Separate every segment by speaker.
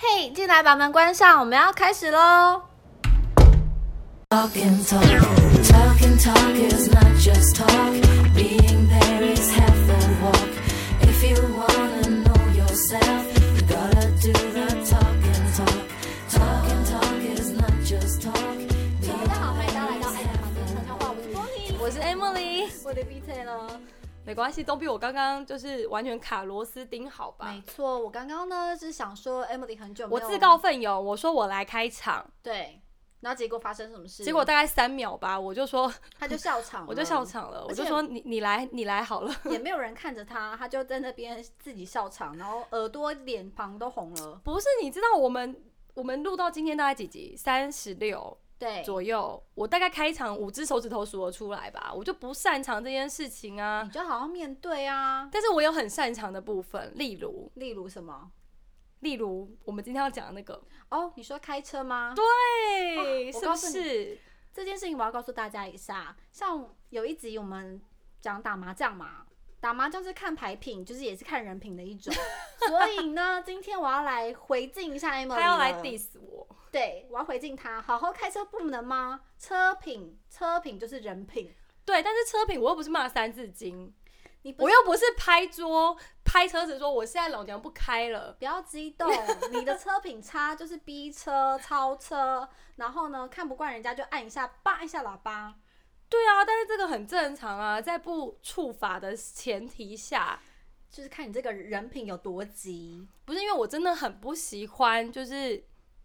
Speaker 1: 哎进来，把门关上，我们要开始喽。
Speaker 2: Talking, talk, talking, talk is not just talk. Being there is half the walk. If you wanna know yourself, you gotta do the talking, talk. Talking, talk is not just talk. Being
Speaker 1: 大家好，欢迎大家来到
Speaker 2: there is
Speaker 1: A
Speaker 2: half the
Speaker 1: 房
Speaker 2: walk.
Speaker 1: 间悄悄话，我是 Pony，我是 Emily，我的 B T 呢？
Speaker 3: 没关系，都比我刚刚就是完全卡螺丝钉好吧
Speaker 1: 没。错，我刚刚呢是想说 Emily 很久没
Speaker 3: 我
Speaker 1: 有
Speaker 3: 自告奋勇，我说我来开场，
Speaker 1: 对，然后结果发生什么事？
Speaker 3: 结果大概三秒吧，我就说
Speaker 1: 他就笑 场，
Speaker 3: 我就笑，场了，我
Speaker 1: 嗯而且
Speaker 3: 就说你你来你来好了，
Speaker 1: 也没有人看着他，他就在那边自己笑场，然后耳朵、脸庞都红了。
Speaker 3: 不是你知道我们我们录到今天大概几集，三十六
Speaker 1: 对，
Speaker 3: 左右，我大概开场五只手指头数得出来吧，我就不擅长这件事情啊
Speaker 1: 你，就好好面对啊。
Speaker 3: 但是我有很擅长的部分，例如
Speaker 1: 例如什么？
Speaker 3: 例如我们今天要讲的那个，
Speaker 1: 哦，你说开车吗？
Speaker 3: 对，
Speaker 1: 我
Speaker 3: 是
Speaker 1: 告
Speaker 3: 不
Speaker 1: 诉你
Speaker 3: 是？
Speaker 1: 这件事情我要告诉大家一下，像有一集我们讲打麻将嘛，打麻将是看牌品，就是也是看人品的一 种。所以呢，今天我要来回敬一下 Emily，
Speaker 3: 他要来
Speaker 1: 了
Speaker 3: diss 我，
Speaker 1: 对，我要回敬他。好好开车不能吗？车品，车品就是人品。
Speaker 3: 对，但是车品我又不是骂三字经。
Speaker 1: 你不
Speaker 3: 我
Speaker 1: 是
Speaker 3: 又不是拍桌拍车子说我现在老娘不开了，
Speaker 1: 不要激 动，你的车品差就是逼车、超车，然后呢看不惯人家就按一下，叭按一下喇叭。
Speaker 3: 对啊，但是这个很正常啊，在不触法的前提下，
Speaker 1: 就是看你这个人品有多急。
Speaker 3: 不是因为我真的很不喜欢，就是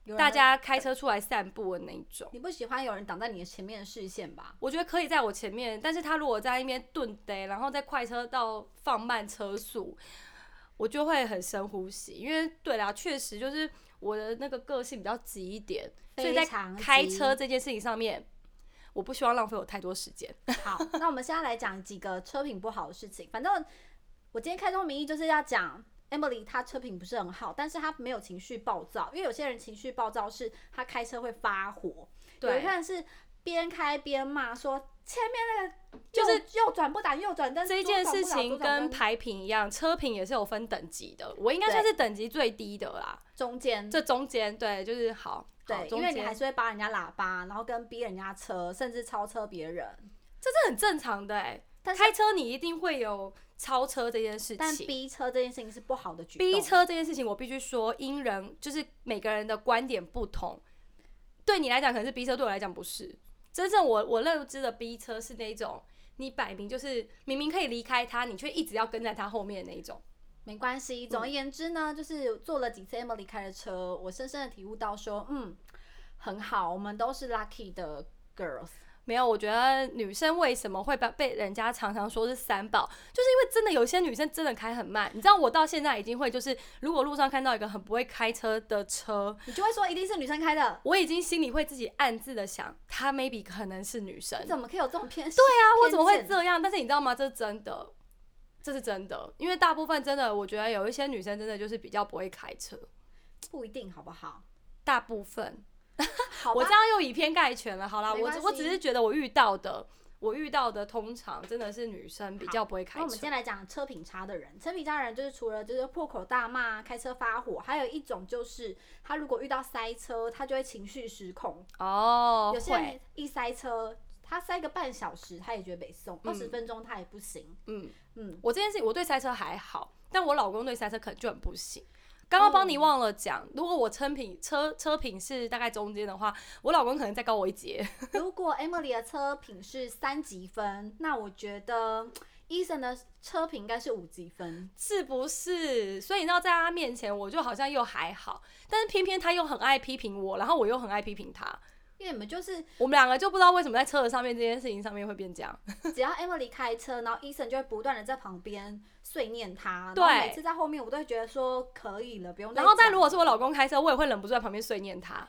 Speaker 1: 有人
Speaker 3: 大，家开车出来散步的那一种。
Speaker 1: 你不喜欢有人挡在你的前面的视线吧？
Speaker 3: 我觉得可以在我前面，但是他如果在那边顿呆，然后再快车道放慢车速，我就会很深呼吸。因为对啦，确实就是我的那个个性比较急一点，所以在
Speaker 1: 非常急
Speaker 3: 开车这件事情上面，我不希望浪费我太多时间。
Speaker 1: 好，那我们现在来讲几个车品不好的事情。反正我今天开宗明义就是要讲 Emily 她车品不是很好，但是她没有情绪暴躁，因为有些人情绪暴躁是她开车会发火，有
Speaker 3: 对
Speaker 1: 些人是边开边骂说前面那个
Speaker 3: 就是
Speaker 1: 右右转不打右转灯，
Speaker 3: 这一
Speaker 1: 左
Speaker 3: 件
Speaker 1: 转
Speaker 3: 事
Speaker 1: 不打
Speaker 3: 情
Speaker 1: 左转
Speaker 3: 跟
Speaker 1: 灯
Speaker 3: 牌品一样，车品也是有分等级的。我应该
Speaker 1: 对
Speaker 3: 算是等级最低的啦，
Speaker 1: 中间
Speaker 3: 这中间对，就是好，好
Speaker 1: 对，
Speaker 3: 中
Speaker 1: 因为你还
Speaker 3: 间
Speaker 1: 是会扒人家喇叭，然后跟逼人家车，甚至超车别人。
Speaker 3: 这是很正常的哎、
Speaker 1: 但是
Speaker 3: 开车你一定会有超车这件事
Speaker 1: 但
Speaker 3: 情，
Speaker 1: 逼车这件事情是不好的举动。
Speaker 3: 逼车这件事情，我必须说，因人就是每个人的观点不同。对你来讲可能是逼车，对我来讲不是。真正我我认知的逼车是那种，你摆明就是明明可以离开他，你却一直要跟在他后面的那一种。
Speaker 1: 没关
Speaker 3: 嗯
Speaker 1: 系。总而言之呢，就是做了几次 Emily 开的车，我深深的体悟到说，嗯，很好，我们都是 lucky 的 girls。
Speaker 3: 没有，我觉得女生为什么会被被人家常常说是三宝，就是因为真的有些女生真的开很慢。你知道，我到现在已经会就是，如果路上看到一个很不会开车的车，
Speaker 1: 你就会说一定是女生开的，
Speaker 3: 我已经心里会自己暗自的想，她 maybe 可能是女生。
Speaker 1: 怎么可以有这种偏对
Speaker 3: 对啊，我怎么会？这样？但是你知道吗？这是真的，这是真的，因为大部分真的，我觉得有一些女生真的就是比较不会开车，
Speaker 1: 不一定好不好？
Speaker 3: 大部分。
Speaker 1: 好吧，
Speaker 3: 我这样又以偏概全了，好啦，
Speaker 1: 没
Speaker 3: 我
Speaker 1: 关系
Speaker 3: 我只是觉得我遇到的，我遇到的通常真的是女生比较不会
Speaker 1: 那
Speaker 3: 开
Speaker 1: 我们
Speaker 3: 车
Speaker 1: 先。来讲车品差的人，车品差的人就是除了就是破口大骂、开车发火，还有一种就是他如果遇到塞车，他就会情绪失控。
Speaker 3: 哦，
Speaker 1: 有些
Speaker 3: 会，
Speaker 1: 人一塞车，他塞个半小时，他也觉得北送，二十、分钟他也不行。
Speaker 3: 嗯，
Speaker 1: 嗯，
Speaker 3: 我这件事情我对塞车还好，但我老公对塞车可能就很不行。刚刚
Speaker 1: 哦
Speaker 3: 帮你忘了讲，如果我车品车车品是大概中间的话，我老公可能再高我一截。
Speaker 1: 如果 Emily 的车品是三级分，那我觉得 Eason 的车品应该是五级分。
Speaker 3: 是不是？所以你知道，在他面前，我就好像又还好，但是偏偏他又很爱批评我，然后我又很爱批评他，
Speaker 1: 因为你们就是
Speaker 3: 我们两个就不知道为什么在车子上面这件事情上面会变这样。
Speaker 1: 只要 Emily 开车，然后 Eason 就会不断的在旁边碎念他，
Speaker 3: 对
Speaker 1: 然后每次在后面我都会觉得说可以了，不用再
Speaker 3: 然
Speaker 1: 讲。
Speaker 3: 后，但如果是我老公开车，我也会忍不住在旁边碎念他。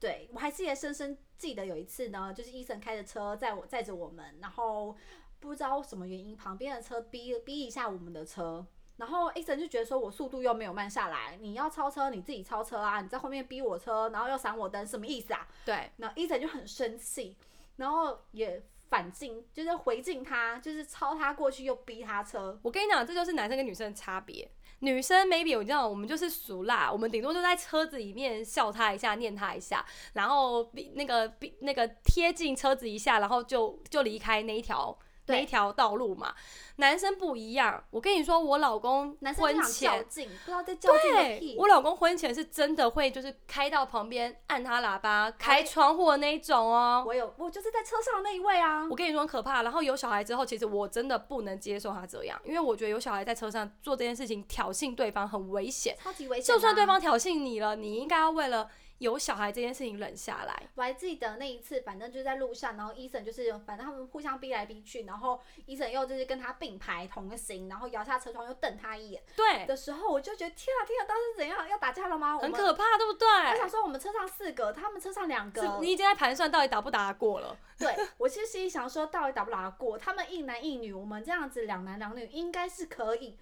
Speaker 1: 对我还记得深深记得有一次呢，就是 Eason 开着车载我载着我们，然后不知道什么原因，旁边的车逼逼一下我们的车。然后 Eason 就觉得说，我速度又没有慢下来，你要超车你自己超车啊，你在后面逼我车，然后又闪我灯，什么意思啊？
Speaker 3: 对，
Speaker 1: 然后 Eason 就很生气，然后也反进，就是回敬他，就是超他过去又逼他车。
Speaker 3: 我跟你讲，这就是男生跟女生的差别。女生 maybe 我知道，我们就是俗辣，我们顶多就在车子里面笑他一下，念他一下，然后逼那个逼那个贴近车子一下，然后就就离开那一条
Speaker 1: 对
Speaker 3: 那一条道路嘛。男生不一样，我跟你说，我老公
Speaker 1: 男生
Speaker 3: 婚
Speaker 1: 就想较
Speaker 3: 前。
Speaker 1: 劲，不知道在较劲个
Speaker 3: 对
Speaker 1: 屁，。
Speaker 3: 我老公婚前是真的会，就是开到旁边按他喇叭、
Speaker 1: 哦
Speaker 3: 开窗户的那一种哦。
Speaker 1: 我有，我就是在车上的那一位啊
Speaker 3: 我。跟你说很可怕。然后有小孩之后，其实我真的不能接受他这样，因为我觉得有小孩在车上做这件事情挑衅对方很危险。
Speaker 1: 超级危险、啊
Speaker 3: 就算对，方挑衅你了，你应该要为了有小孩这件事情忍下来。
Speaker 1: 我还记得那一次，反正就是在路上，然后医生就是，反正他们互相逼来逼去，然后医生又就是跟他并排同行，然后摇下车窗又瞪他一眼
Speaker 3: 对，
Speaker 1: 的时候，我就觉得天啊天啊，当时怎样要打架了吗？我
Speaker 3: 很
Speaker 1: 们
Speaker 3: 可怕，对不
Speaker 1: 我想
Speaker 3: 对？
Speaker 1: 说我们车上四个，他们车上两个
Speaker 3: 是，你已经在盘算到底打不打得过了。
Speaker 1: 对我其实心里想说，到底打不打得过？他们一男一女，我们这样子两男两女应该是可以。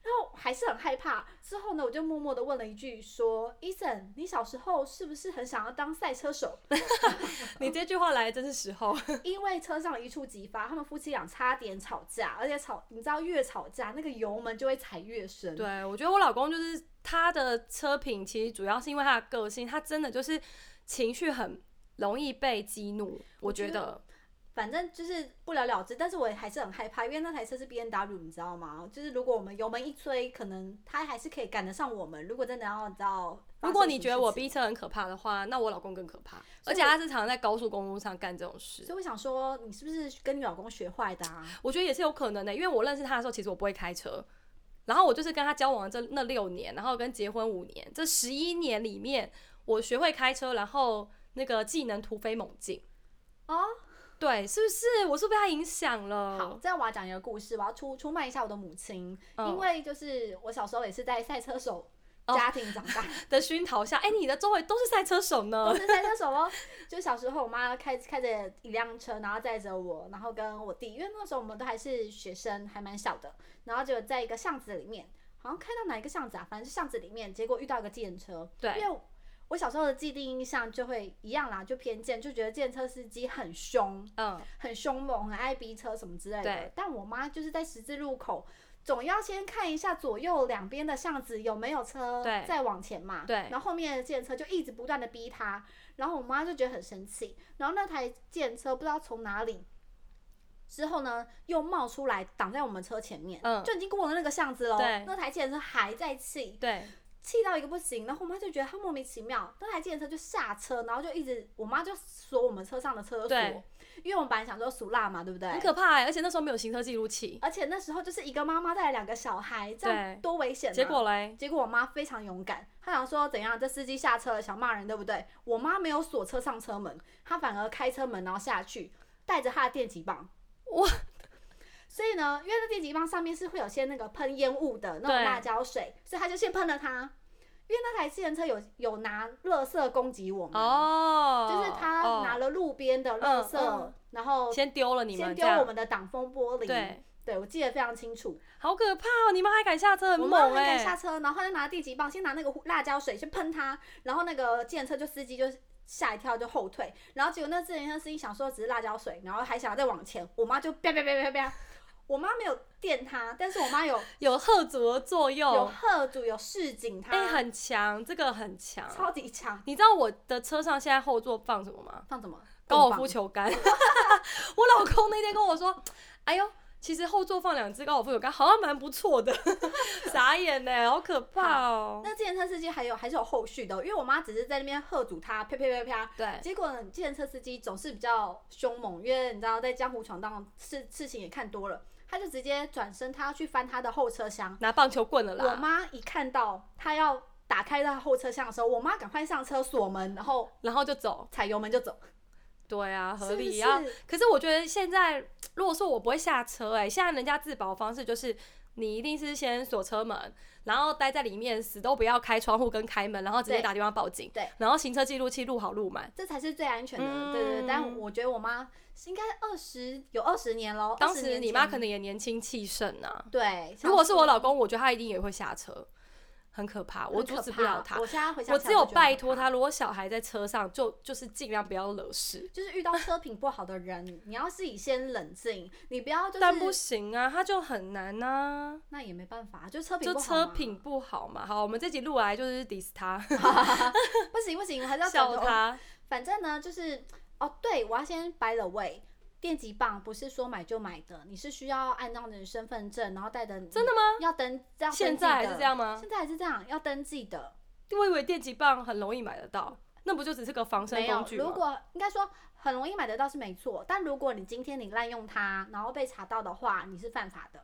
Speaker 1: 然后还是很害怕。之后呢，我就默默的问了一句说：“伊森，你小时候是不是很想要当赛车手？
Speaker 3: 你这句话来的真是时候。
Speaker 1: 因为车上一触即发，他们夫妻俩差点吵架，而且吵，你知道越吵架那个油门就会踩越深。
Speaker 3: 对，我觉得我老公就是他的车品，其实主要是因为他的个性，他真的就是情绪很容易被激怒。我觉
Speaker 1: 觉得
Speaker 3: 得，
Speaker 1: 反正就是不了了之。但是我还是很害怕，因为那台车是 B N W，你知道吗？就是如果我们油门一吹，可能他还是可以赶得上我们。如果真的要你知道，
Speaker 3: 如果你觉得我
Speaker 1: 逼。
Speaker 3: 逼车很可怕的话，那我老公更可怕，
Speaker 1: 所以
Speaker 3: 而且
Speaker 1: 我
Speaker 3: 他是常在高速公路上干这种事
Speaker 1: 所。以我想说，你是不是跟你老公学坏的啊？
Speaker 3: 我觉得也是有可能的、因为我认识他的时候，其实我不会开车。然后我就是跟他交往这那六年，然后跟结婚五年，这十一年里面，我学会开车，然后那个技能突飞猛进。
Speaker 1: 哦，
Speaker 3: 对，是不是？我是不是被他影响了？
Speaker 1: 好，这样我要讲一个故事，我要出出卖一下我的母亲，
Speaker 3: 嗯
Speaker 1: 因为就是我小时候也是在赛车手
Speaker 3: 哦
Speaker 1: 家庭长大，
Speaker 3: 的熏陶下，哎、你的周围都是赛车手呢
Speaker 1: 我。是赛车手哦。就小时候，我妈开开着一辆车，然后载着我，然后跟我弟，因为那时候我们都还是学生，还蛮小的，然后就在一个巷子里面，好像开到哪一个巷子啊，反正是巷子里面，结果遇到一个计程车，
Speaker 3: 对
Speaker 1: 因为我小时候的既定印象就会一样啦，就偏见，就觉得计程车司机很凶，
Speaker 3: 嗯，
Speaker 1: 很凶猛，很爱逼车什么之类的
Speaker 3: 对。
Speaker 1: 但我妈就是在十字路口，总要先看一下左右两边的巷子有没有车，
Speaker 3: 对
Speaker 1: 再往前嘛。
Speaker 3: 对
Speaker 1: 然后后面的电车就一直不断的逼她，然后我妈就觉得很生气。然后那台电车不知道从哪里。之后呢，又冒出来挡在我们车前面，
Speaker 3: 嗯
Speaker 1: 就已经过了那个巷子喽
Speaker 3: 对。
Speaker 1: 那台电车还在气，
Speaker 3: 对，
Speaker 1: 气到一个不行，然后我妈就觉得她莫名其妙，那台计程车就下车，然后就一直我妈就锁我们车上的车锁
Speaker 3: 对，
Speaker 1: 因为我们本来想说数辣嘛，对不对？
Speaker 3: 很可怕、欸，而且那时候没有行车记录器，
Speaker 1: 而且那时候就是一个妈妈带了两个小孩，这样
Speaker 3: 对
Speaker 1: 多危险、啊！
Speaker 3: 结果嘞，
Speaker 1: 结果我妈非常勇敢，她想说怎样，这司机下车了想骂人，对不对？我妈没有锁车上车门，她反而开车门然后下去，带着她的电击棒，
Speaker 3: 哇！
Speaker 1: 所以呢，因为那电击棒上面是会有些那个喷烟雾的那种
Speaker 3: 对
Speaker 1: 辣椒水，所以她就先喷了它。因为那台自行车有有拿垃圾攻击我们，
Speaker 3: 哦，
Speaker 1: 就是她
Speaker 3: 哦
Speaker 1: 拿了路边的垃圾，
Speaker 3: 嗯嗯
Speaker 1: 然后
Speaker 3: 先丢了你们，
Speaker 1: 哦先
Speaker 3: 这
Speaker 1: 丢
Speaker 3: 样
Speaker 1: 我们的挡风玻璃。
Speaker 3: 对，
Speaker 1: 对我记得非常清楚。
Speaker 3: 好可怕哦、你们还敢下车，很
Speaker 1: 我妈
Speaker 3: 猛
Speaker 1: 还
Speaker 3: 哎、
Speaker 1: 敢下车，然后就拿电击棒，先拿那个辣椒水先喷他，然后那个计程车就司机就吓一跳就后退，然后结果那计程车司机想说只是辣椒水，然后还想要再往前，我妈就啪啪啪啪啪，我妈没有电他，但是我 妈有
Speaker 3: 有吓阻的作
Speaker 1: 有
Speaker 3: 用，
Speaker 1: 喝阻有示警他，
Speaker 3: 哎、很强，这个很强。
Speaker 1: 超级强，
Speaker 3: 你知道我的车上现在后座放什么吗？
Speaker 1: 放什么
Speaker 3: 高尔夫？球 杆。 我老公那天跟我说：“哎呦，其实后座放两只高尔夫球杆好像蛮不错的。” 傻眼呢、好可怕哦、
Speaker 1: 那计程车司机还有还是有后续的哦，因为我妈只是在那边喝阻他，啪啪啪啪，
Speaker 3: 对，
Speaker 1: 结果呢，计程车司机总是比较凶猛，因为你知道在江湖闯荡事事情也看多了，他就直接转身，他要去翻他的后车厢。
Speaker 3: 拿棒球棍了
Speaker 1: 我
Speaker 3: 啦。
Speaker 1: 妈一看到他要打开他后车厢的时候，我妈赶快上车锁门，然后
Speaker 3: 然后就走，
Speaker 1: 踩油门就走，
Speaker 3: 对啊，合
Speaker 1: 是不
Speaker 3: 理啊。
Speaker 1: 是
Speaker 3: 可是我觉得现在，如果说我不会下车、哎，现在人家自保方式就是你一定是先锁车门，然后待在里面，死都不要开窗户跟开门，然后直接
Speaker 1: 对
Speaker 3: 打电话报警，
Speaker 1: 对，
Speaker 3: 然后行车记录器录好录满。
Speaker 1: 这才是最安全的。
Speaker 3: 嗯
Speaker 1: 对对对，但我觉得我妈应该二十有二十年喽，
Speaker 3: 当时你妈可
Speaker 1: 能
Speaker 3: 能也年轻气盛啊，
Speaker 1: 对，
Speaker 3: 如果是我
Speaker 1: 老
Speaker 3: 老公，我觉得他一定也会下车，很可怕，我
Speaker 1: 很可
Speaker 3: 阻止不了
Speaker 1: 怕
Speaker 3: 他
Speaker 1: 我。现在回想
Speaker 3: 我
Speaker 1: 起
Speaker 3: 只
Speaker 1: 来
Speaker 3: 有
Speaker 1: 就觉得很
Speaker 3: 拜托
Speaker 1: 可怕
Speaker 3: 他，，如果小孩在车上，就就是尽量不要惹事。
Speaker 1: 就是遇到车品不好的人，你要自己先冷静，你不要就是。
Speaker 3: 但不行啊，他就很难啊，
Speaker 1: 那也没办法，就车品
Speaker 3: 就
Speaker 1: 不好
Speaker 3: 车
Speaker 1: 嘛
Speaker 3: 品不好嘛。好，我们这集录来就是 diss 他，
Speaker 1: 不行不行，还是要
Speaker 3: 笑
Speaker 1: 找他。
Speaker 3: 他。
Speaker 1: 反正呢，就是哦，对我要先 by the way，电击棒不是说买就买的，你是需要按照你的身份证，然后带着你
Speaker 3: 真的吗？
Speaker 1: 要登，要登
Speaker 3: 现
Speaker 1: 记
Speaker 3: 在还是
Speaker 1: 的
Speaker 3: 这样吗
Speaker 1: 现在还是这样，要登记的。
Speaker 3: 我以为电击棒很容易买得到，那不就只是个防身
Speaker 1: 没
Speaker 3: 工
Speaker 1: 有，
Speaker 3: 具吗？
Speaker 1: 如果应该说很容易买得到是没错，但如果你今天你滥用它，然后被查到的话，你是犯法的。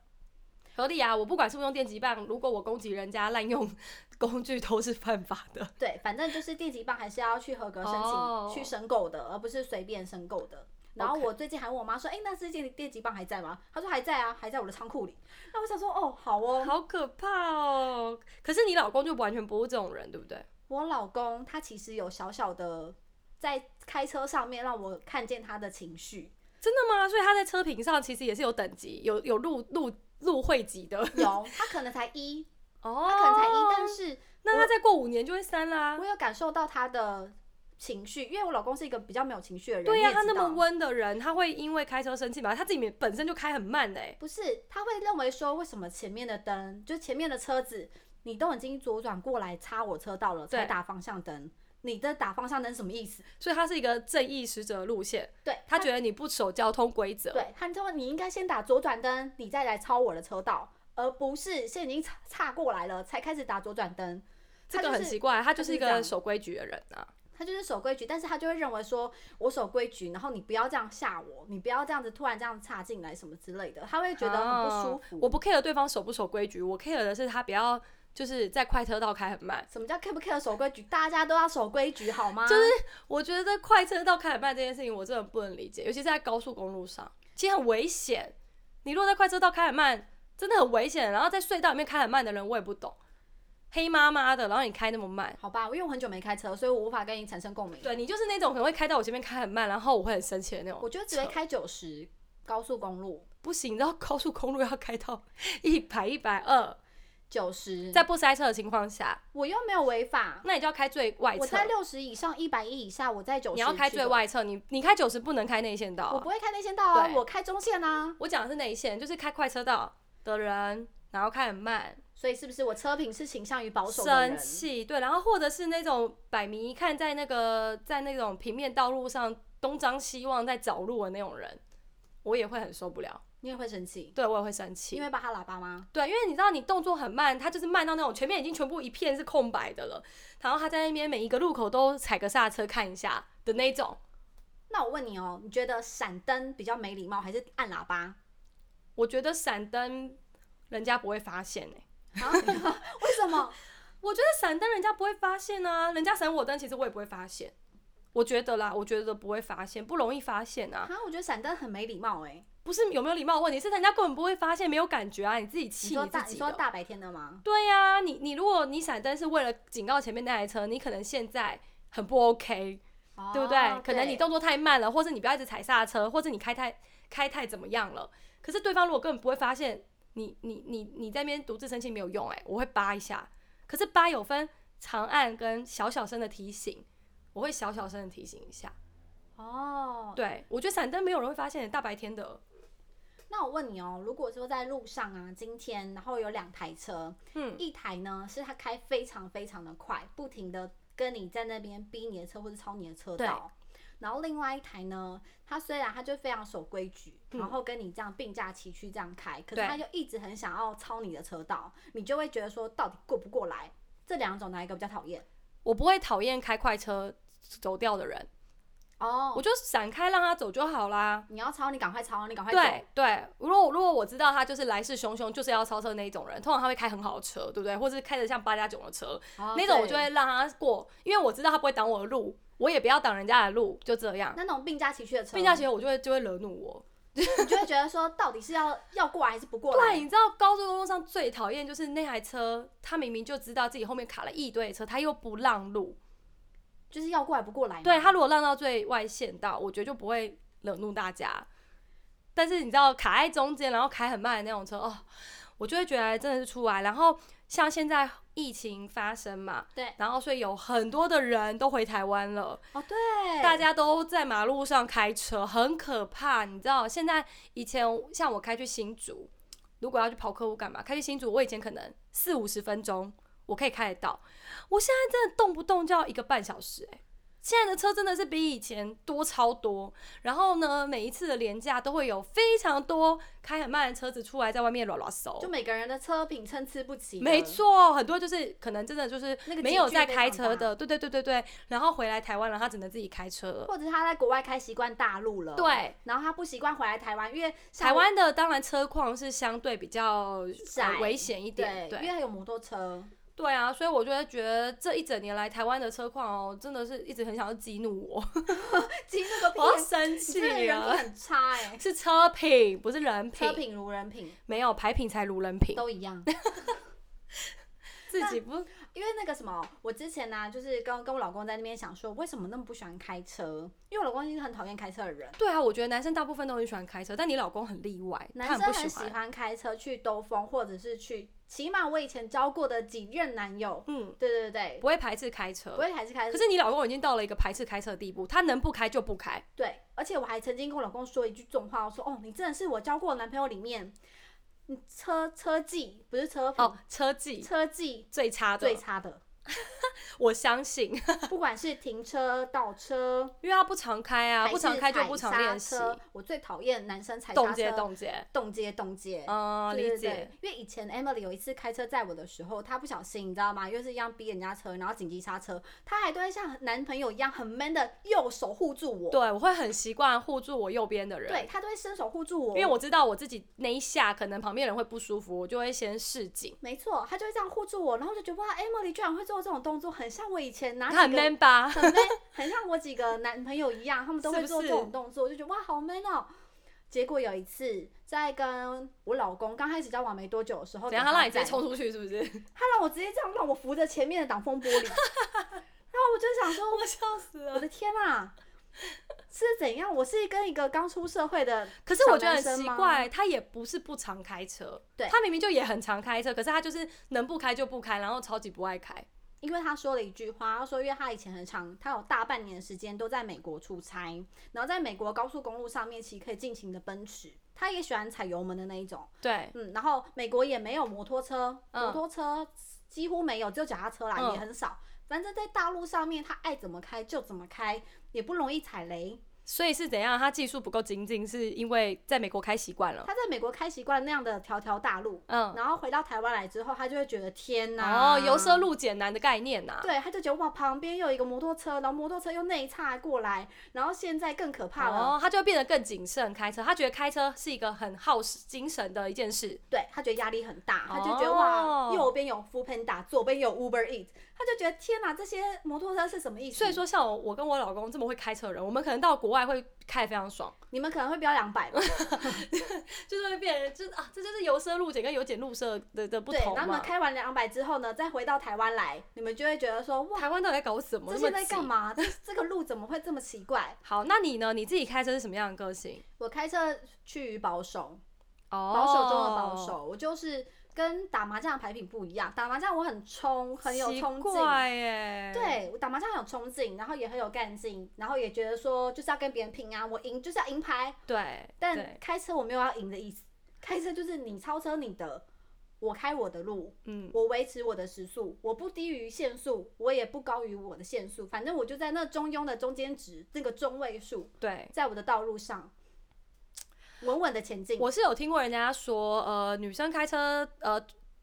Speaker 3: 合理啊，我不管是不是用电击棒，如果我攻击人家滥用 工具都是犯法的。
Speaker 1: 对，反正就是电击棒还是要去合格申请、
Speaker 3: 哦
Speaker 1: 去申购的，而不是随便申购的。然后
Speaker 3: OK
Speaker 1: 我最近还问我妈说：“哎、那支电电击棒还在吗？”她说：“还在啊，还在我的仓库里。”那我想说：“哦， 好哦。
Speaker 3: 好可怕哦！可是你老公就完全不是这种人，对不对？
Speaker 1: 我老公他其实有小小的在开车上面让我看见他的情绪，
Speaker 3: 真的吗？所以他在车评上其实也是有等级，有有入入入会级的。
Speaker 1: 有他可能才一，
Speaker 3: 哦，
Speaker 1: 他可能才一，但是
Speaker 3: 那他再过五年就会三啦
Speaker 1: 我。有感受到他的情绪，因为我老公是一个比较没有情绪的人，
Speaker 3: 对
Speaker 1: 呀、
Speaker 3: 呀、他那么。温的人，他会因为开车生气吗？他自己本身就开很慢欸嘞、
Speaker 1: 不是，他会认为说，为什么前面的灯，就前面的车子，你都已经左转过来插我车道了，才
Speaker 3: 对
Speaker 1: 打方向灯，你的打方向灯什么意思？
Speaker 3: 所以他是一个正义使者的路线。
Speaker 1: 对
Speaker 3: 他觉得你不守交通规则，
Speaker 1: 对，他说你应该先打左转灯，你再来超我的车道，而不是现在已经插插过来了才开始打左转灯。
Speaker 3: 这个
Speaker 1: 他就
Speaker 3: 很
Speaker 1: 是
Speaker 3: 奇怪。他就是一
Speaker 1: 他就是这
Speaker 3: 个
Speaker 1: 样
Speaker 3: 守规矩的人啊。
Speaker 1: 他就是守规矩，但是他就会认为说，我守规矩，然后你不要这样吓我，你不要这样子突然这样插进来什么之类的，他会觉得很不舒服。
Speaker 3: 啊我不 care 对方守不守规矩，我 care 的是他不要就是在快车道开很慢。
Speaker 1: 什么叫 care 不 care 守规矩？大家都要守规矩好吗？
Speaker 3: 就是我觉得快车道开很慢这件事情，我真的不能理解，尤其是在高速公路上，其实很危险。你如果在快车道开很慢，真的很危险。然后在隧道里面开很慢的人，我也不懂，黑麻麻的，然后你开那么慢，
Speaker 1: 好吧，因为我很久没开车，所以我无法跟你产生共鸣。
Speaker 3: 对你就是那种可能会开到我前面开很慢，然后我会很生气的那种。
Speaker 1: 我觉得只会开九十高速公路
Speaker 3: 不行，然后高速公路要开到 一百、一百二，
Speaker 1: 九十，
Speaker 3: 在不塞车的情况下，
Speaker 1: 我又没有违法，
Speaker 3: 那你就要开最外
Speaker 1: 我
Speaker 3: 侧。
Speaker 1: 在六十以上、一百一以下，我在九十。
Speaker 3: 你要开最，外侧，你你开九十不能开内线道啊、
Speaker 1: 我不会开内线道啊，
Speaker 3: 对
Speaker 1: 我开中线啊。
Speaker 3: 我讲的是内线，就是开快车道的人，然后开很慢，
Speaker 1: 所以是不是我车品是倾向于保守的
Speaker 3: 生
Speaker 1: 人？
Speaker 3: 气，对，然后或者是那种摆明一看在那个在那种平面道路上东张西望在找路的那种人，我也会很受不了，
Speaker 1: 你也会生气，
Speaker 3: 对我也会生
Speaker 1: 因
Speaker 3: 气。
Speaker 1: 为扒他喇叭吗？
Speaker 3: 对，因为你知道你动作很慢，他就是慢到那种前面已经全部一片是空白的了，然后他在那边每一个路口都踩个刹车看一下的那种，
Speaker 1: 那我问你哦，你觉得闪灯比较没礼貌，还是按喇叭？ 啊
Speaker 3: 我觉得闪灯人家不会发现欸
Speaker 1: 啊？为什么？
Speaker 3: 我觉得闪灯人家不会发现啊，人家闪我灯，其实我也不会发现。我觉得啦，我觉得不会发现，不容易发现啊
Speaker 1: 啊。，我觉得闪灯很没礼貌哎、
Speaker 3: 不是有没有礼貌的问题，是人家根本不会发现，没有感觉啊，你自己
Speaker 1: 你
Speaker 3: 气
Speaker 1: 说
Speaker 3: 自
Speaker 1: 大，你
Speaker 3: 己哦
Speaker 1: 说
Speaker 3: 的。
Speaker 1: 大白天的吗？
Speaker 3: 对呀、你你如果你闪灯是为了警告前面那台车，你可能现在很不 OK，、对不对
Speaker 1: 哦？
Speaker 3: 可能你动作太慢了，或是你不要一直踩刹车，或是你开太开太怎么样了。可是对方如果根本不会发现你你你你在那边独自生气没有用、哎，我会扒一下。可是扒有分长按跟小小声的提醒，我会小小声的提醒一下。
Speaker 1: 哦，
Speaker 3: 对我觉得闪灯没有人会发现，大白天的，
Speaker 1: 那我问你哦，如果说在路上啊，今天然后有两台车，
Speaker 3: 嗯，
Speaker 1: 一台呢是它开非常非常的快，不停的跟你在那边逼你的车或者超你的车道，然后另外一台呢，它虽然它就非常守规矩，
Speaker 3: 嗯
Speaker 1: 然后跟你这样并驾齐驱这样开，可是
Speaker 3: 对
Speaker 1: 它就一直很想要超你的车道，你就会觉得说到底过不过来？这两种哪一个比较讨厌？
Speaker 3: 我不会讨厌开快车走掉的人，
Speaker 1: 哦
Speaker 3: 我，就闪开让他走就好啦。
Speaker 1: 你要超你赶快超，你赶快
Speaker 3: 对
Speaker 1: 走。
Speaker 3: 对，如果如果我知道他就是来势汹汹，就是要超车那一种人，通常他会开很好的车，对不对？或是开着像八加九的车，
Speaker 1: 哦
Speaker 3: 那种我
Speaker 1: 对
Speaker 3: 就会让他过，因为我知道他不会挡我的路，我也不要挡人家的路，就这样。
Speaker 1: 那种并驾齐驱的车，
Speaker 3: 并驾齐驱，我就会就会惹怒我。
Speaker 1: 你就会觉得说到底是要要过来还是不 过
Speaker 3: 不然
Speaker 1: 来？
Speaker 3: 你知道高速公路上最讨厌就是那台车，他明明就知道自己后面卡了一堆车，他又不让路。
Speaker 1: 就是要过来不过来嘛。
Speaker 3: 对他如果让到最外线道，我觉得就不会惹怒大家。但是你知道卡在中间，然后开很慢的那种车，哦，我就会觉得真的是出来。然后像现在疫情发生嘛，
Speaker 1: 对，
Speaker 3: 然后所以有很多的人都回台湾了，
Speaker 1: 哦对，
Speaker 3: 大家都在马路上开车，很可怕。你知道，现在以前像我开去新竹，如果要去跑客户干嘛，开去新竹，我以前可能四五十分钟我可以开得到，我现在真的动不动就要一个半小时、欸，现在的车真的是比以前多超多，然后呢，每一次的廉价都会有非常多开很慢的车子出来在外面乱乱搜，
Speaker 1: 就每个人的车品参差不齐，
Speaker 3: 没，错，很多就是可能真的就是
Speaker 1: 那个
Speaker 3: 没有
Speaker 1: 集聚
Speaker 3: 在
Speaker 1: 非
Speaker 3: 开
Speaker 1: 常
Speaker 3: 车
Speaker 1: 大
Speaker 3: 的，对对对对对，然后回来台湾了，他只能自己开车了。
Speaker 1: 或者他在国外开习惯大陆了，
Speaker 3: 对，
Speaker 1: 然后他不习惯回来台湾，因为像
Speaker 3: 台
Speaker 1: 我
Speaker 3: 湾的当然车况是相对比较
Speaker 1: 窄
Speaker 3: 呃、危险一点，
Speaker 1: 对，因
Speaker 3: 对
Speaker 1: 为他有摩 托车，
Speaker 3: 对啊，所以我就会觉得这一整年来台湾的车况哦，真的是一直很想要激怒 我，
Speaker 1: 其实那个
Speaker 3: 我要
Speaker 1: 屁
Speaker 3: 生
Speaker 1: 你真哦的
Speaker 3: 气
Speaker 1: 人品
Speaker 3: 了。
Speaker 1: 很 差哎，
Speaker 3: 是车品，不是人品，
Speaker 1: 车品如人品
Speaker 3: 没有牌品才如人品，
Speaker 1: 都一样。
Speaker 3: 自己不
Speaker 1: 因为那个什么，我之前呢、就是跟跟我老公在那边想说，为什么那么不喜欢开车？因为我老公是一个很讨厌开车的人，
Speaker 3: 对啊。我觉得男生大部分都很喜欢开车，但你老公很例外，他
Speaker 1: 男
Speaker 3: 很
Speaker 1: 生
Speaker 3: 不喜
Speaker 1: 很喜
Speaker 3: 欢。
Speaker 1: 欢开车去兜风，或者是去，起码我以前交过的几任男友，
Speaker 3: 嗯，
Speaker 1: 对对对，
Speaker 3: 不会排斥开车
Speaker 1: 不。会还是开
Speaker 3: 可
Speaker 1: 车，
Speaker 3: 是你老公已经到了一个排斥开车的地步，他能不开就不开。
Speaker 1: 对，而且我还曾经跟我老公说一句重话，我说哦，你真的是我交过的男朋友里面，你车车技不是车品
Speaker 3: 哦，车技
Speaker 1: 车技
Speaker 3: 最差的
Speaker 1: 最，差的，
Speaker 3: 我相信。
Speaker 1: 不管是停车、倒车，
Speaker 3: 因为他不常开啊，
Speaker 1: 还
Speaker 3: 不常
Speaker 1: 是
Speaker 3: 开就
Speaker 1: 踩
Speaker 3: 不常
Speaker 1: 刹
Speaker 3: 练习，
Speaker 1: 车我最讨厌男生踩刹
Speaker 3: 冻结
Speaker 1: 车，
Speaker 3: 冻结，
Speaker 1: 冻结冻结。
Speaker 3: 嗯，
Speaker 1: 对
Speaker 3: 理
Speaker 1: 对对
Speaker 3: 解。
Speaker 1: 因为以前 Emily 有一次开车载我的时候，她不小心，你知道吗？又是一样逼人家车，然后紧急刹车，她还都会像男朋友一样很 man 的右手护住我，
Speaker 3: 对，我会很习惯护住我右边的人，
Speaker 1: 对，她都会伸手护住我，
Speaker 3: 因为我知道我自己那一下可能旁边人会不舒服，我就会先示警。
Speaker 1: 没错，她就会这样护住我，然后我就觉得哇，Emily 居然会做这种动作，很像我以 前拿
Speaker 3: 他很
Speaker 1: 啊几个
Speaker 3: man 吧？
Speaker 1: 很 man，很像我几个男朋友一样，他们都
Speaker 3: 是
Speaker 1: 会
Speaker 3: 不
Speaker 1: 做这
Speaker 3: 是
Speaker 1: 种动作，我就觉得哇，好 man 哦。结果有一次，在跟我老公刚开始交往没多久的时候，
Speaker 3: 等下
Speaker 1: 给
Speaker 3: 他让你直接
Speaker 1: 载
Speaker 3: 冲出去是不是？
Speaker 1: 他让我直接这样让我扶着前面的挡风玻璃，然后我就想说，
Speaker 3: 我笑死
Speaker 1: 我
Speaker 3: 了。
Speaker 1: 的天啊，是怎样？我是跟一个刚出社会的，
Speaker 3: 可是我觉得很奇
Speaker 1: 小男生
Speaker 3: 怪，他也不是不常开车，
Speaker 1: 对
Speaker 3: 他明明就也很常开车，可是他就是能不开就不开，然后超级不爱开。
Speaker 1: 因为他说了一句话，他说因为他以前很长，他有大半年的时间都在美国出差，然后在美国高速公路上面其实可以尽情的奔驰，他也喜欢踩油门的那一种，
Speaker 3: 对，
Speaker 1: 嗯，然后美国也没有摩托车，
Speaker 3: 嗯
Speaker 1: 摩托车几乎没有，只有脚踏车啦，
Speaker 3: 嗯
Speaker 1: 也很少。反正，在大陆上面，他爱怎么开就怎么开，也不容易踩雷。
Speaker 3: 所以是怎样？他技术不够精进，是因为在美国开习惯了。
Speaker 1: 他在美国开习惯那样的条条大路，
Speaker 3: 嗯，
Speaker 1: 然后回到台湾来之后，他就会觉得天哪，
Speaker 3: 哦，由奢入俭难的概念呐、
Speaker 1: 对，他就觉得哇，旁边又有一个摩托车，然后摩托车又内岔过来，然后现在更可怕了。
Speaker 3: 哦，他就会变得更谨慎开车。他觉得开车是一个很耗时精神的一件事。
Speaker 1: 对他觉得压力很大，他就觉得、
Speaker 3: 哦
Speaker 1: 哇，右边有 f o o Panda，左边有 Uber Eat，他就觉得天哪，这些摩托车是什么意思？
Speaker 3: 所以说，像我我跟我老公这么会开车的人，我们可能到国外会开得非常爽，
Speaker 1: 你们可能会飙两百，
Speaker 3: 就是会变成就是啊，这就是由奢入俭跟由俭入奢的的不
Speaker 1: 对，
Speaker 3: 同
Speaker 1: 然后你们
Speaker 3: 嘛。
Speaker 1: 开完两百之后呢，再回到台湾来，你们就会觉得说，哇，
Speaker 3: 台湾到底在搞什么？
Speaker 1: 这
Speaker 3: 那
Speaker 1: 些
Speaker 3: 么
Speaker 1: 在干
Speaker 3: 急？
Speaker 1: 嘛？这这个路怎么会这么奇怪？
Speaker 3: 好，那你呢？你自己开车是什么样的个性？
Speaker 1: 我开车趋于保守，
Speaker 3: 哦，
Speaker 1: 保守中的保守，，我就是跟打麻将的牌品不一样。打麻将我很冲，很有冲劲。
Speaker 3: 怪耶。，
Speaker 1: 对，我打麻将很有冲劲，然后也很有干劲，然后也觉得说就是要跟别人拼啊，我赢就是要赢牌。
Speaker 3: 对，
Speaker 1: 但
Speaker 3: 对
Speaker 1: 开车我没有要赢的意思，开车就是你超车你的，我开我的路，
Speaker 3: 嗯，
Speaker 1: 我维持我的时速，我不低于限速，我也不高于我的限速，反正我就在那中庸的中间值，那个中位数，
Speaker 3: 对。
Speaker 1: 在我的道路上稳稳的前进。
Speaker 3: 我是有听过人家说，呃，女生开车，呃，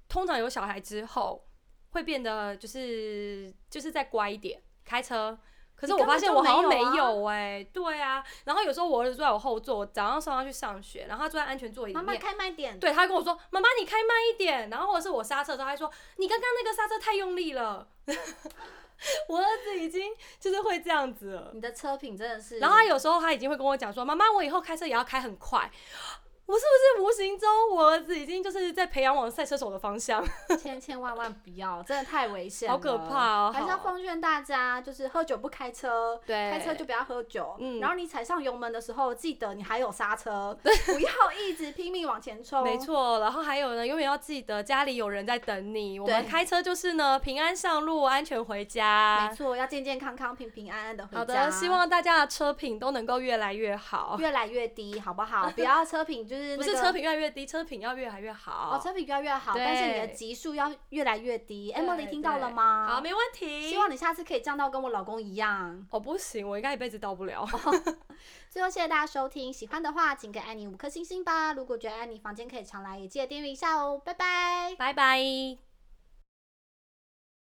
Speaker 3: 通常有小孩之后会变得就是就是再乖一点开车。可是
Speaker 1: 你
Speaker 3: 我
Speaker 1: 根
Speaker 3: 发
Speaker 1: 本
Speaker 3: 现
Speaker 1: 就
Speaker 3: 我好像没
Speaker 1: 没有啊
Speaker 3: 有哎、对啊。然后有时候我儿子坐在我后座，我早上送他去上学，然后他坐在安全座椅里
Speaker 1: 妈妈
Speaker 3: 面。
Speaker 1: 开慢点，
Speaker 3: 对，他跟我说：“妈妈，你开慢一点。”然后或者是我刹车的时候，他说：“你刚刚那个刹车太用力了。” 我儿子已经就是会这样子了。
Speaker 1: 你的车品真的是，
Speaker 3: 然后他有时候他已经会跟我讲说：“妈妈，我以后开车也要开很快。”我我是不是无形中我儿子已经就是在培养往赛车手的方向？
Speaker 1: 千千万万不要，真的太危险了，
Speaker 3: 好可怕哦
Speaker 1: 还是要
Speaker 3: 好
Speaker 1: 奉劝大家，就是喝酒不开车，
Speaker 3: 对
Speaker 1: 开车就不要喝酒。
Speaker 3: 嗯
Speaker 1: 然后你踩上油门的时候，记得你还有刹车， 不要一直拼命往前冲。
Speaker 3: 没，错，然后还有呢，永远要记得家里有人在等你。我们
Speaker 1: 对
Speaker 3: 开车就是呢，平安上路，安全回家。
Speaker 1: 没错，要健健康康、平平安安的回
Speaker 3: 啊
Speaker 1: 家。
Speaker 3: 好的，希望大家的车品都能够越来越好，
Speaker 1: 越来越低，好不好？不要车品就是、那
Speaker 3: 哦不
Speaker 1: 个、
Speaker 3: 是车品越来越低，车品要越来越好。
Speaker 1: 哦，车品越来越好，但是你的
Speaker 3: 对
Speaker 1: 级数要越来越低。
Speaker 3: 对
Speaker 1: Emily 听到了
Speaker 3: 对
Speaker 1: 吗？
Speaker 3: 好，没问题。
Speaker 1: 希望你下次可以降到跟我老公一样。
Speaker 3: 哦，不行，我应该一辈子到不了。
Speaker 1: 最后谢谢大家收听，喜欢的话请给安 妮五颗星星吧。如果觉得安妮房间可以常来，也记得订阅一下哦。拜拜。
Speaker 3: 拜拜。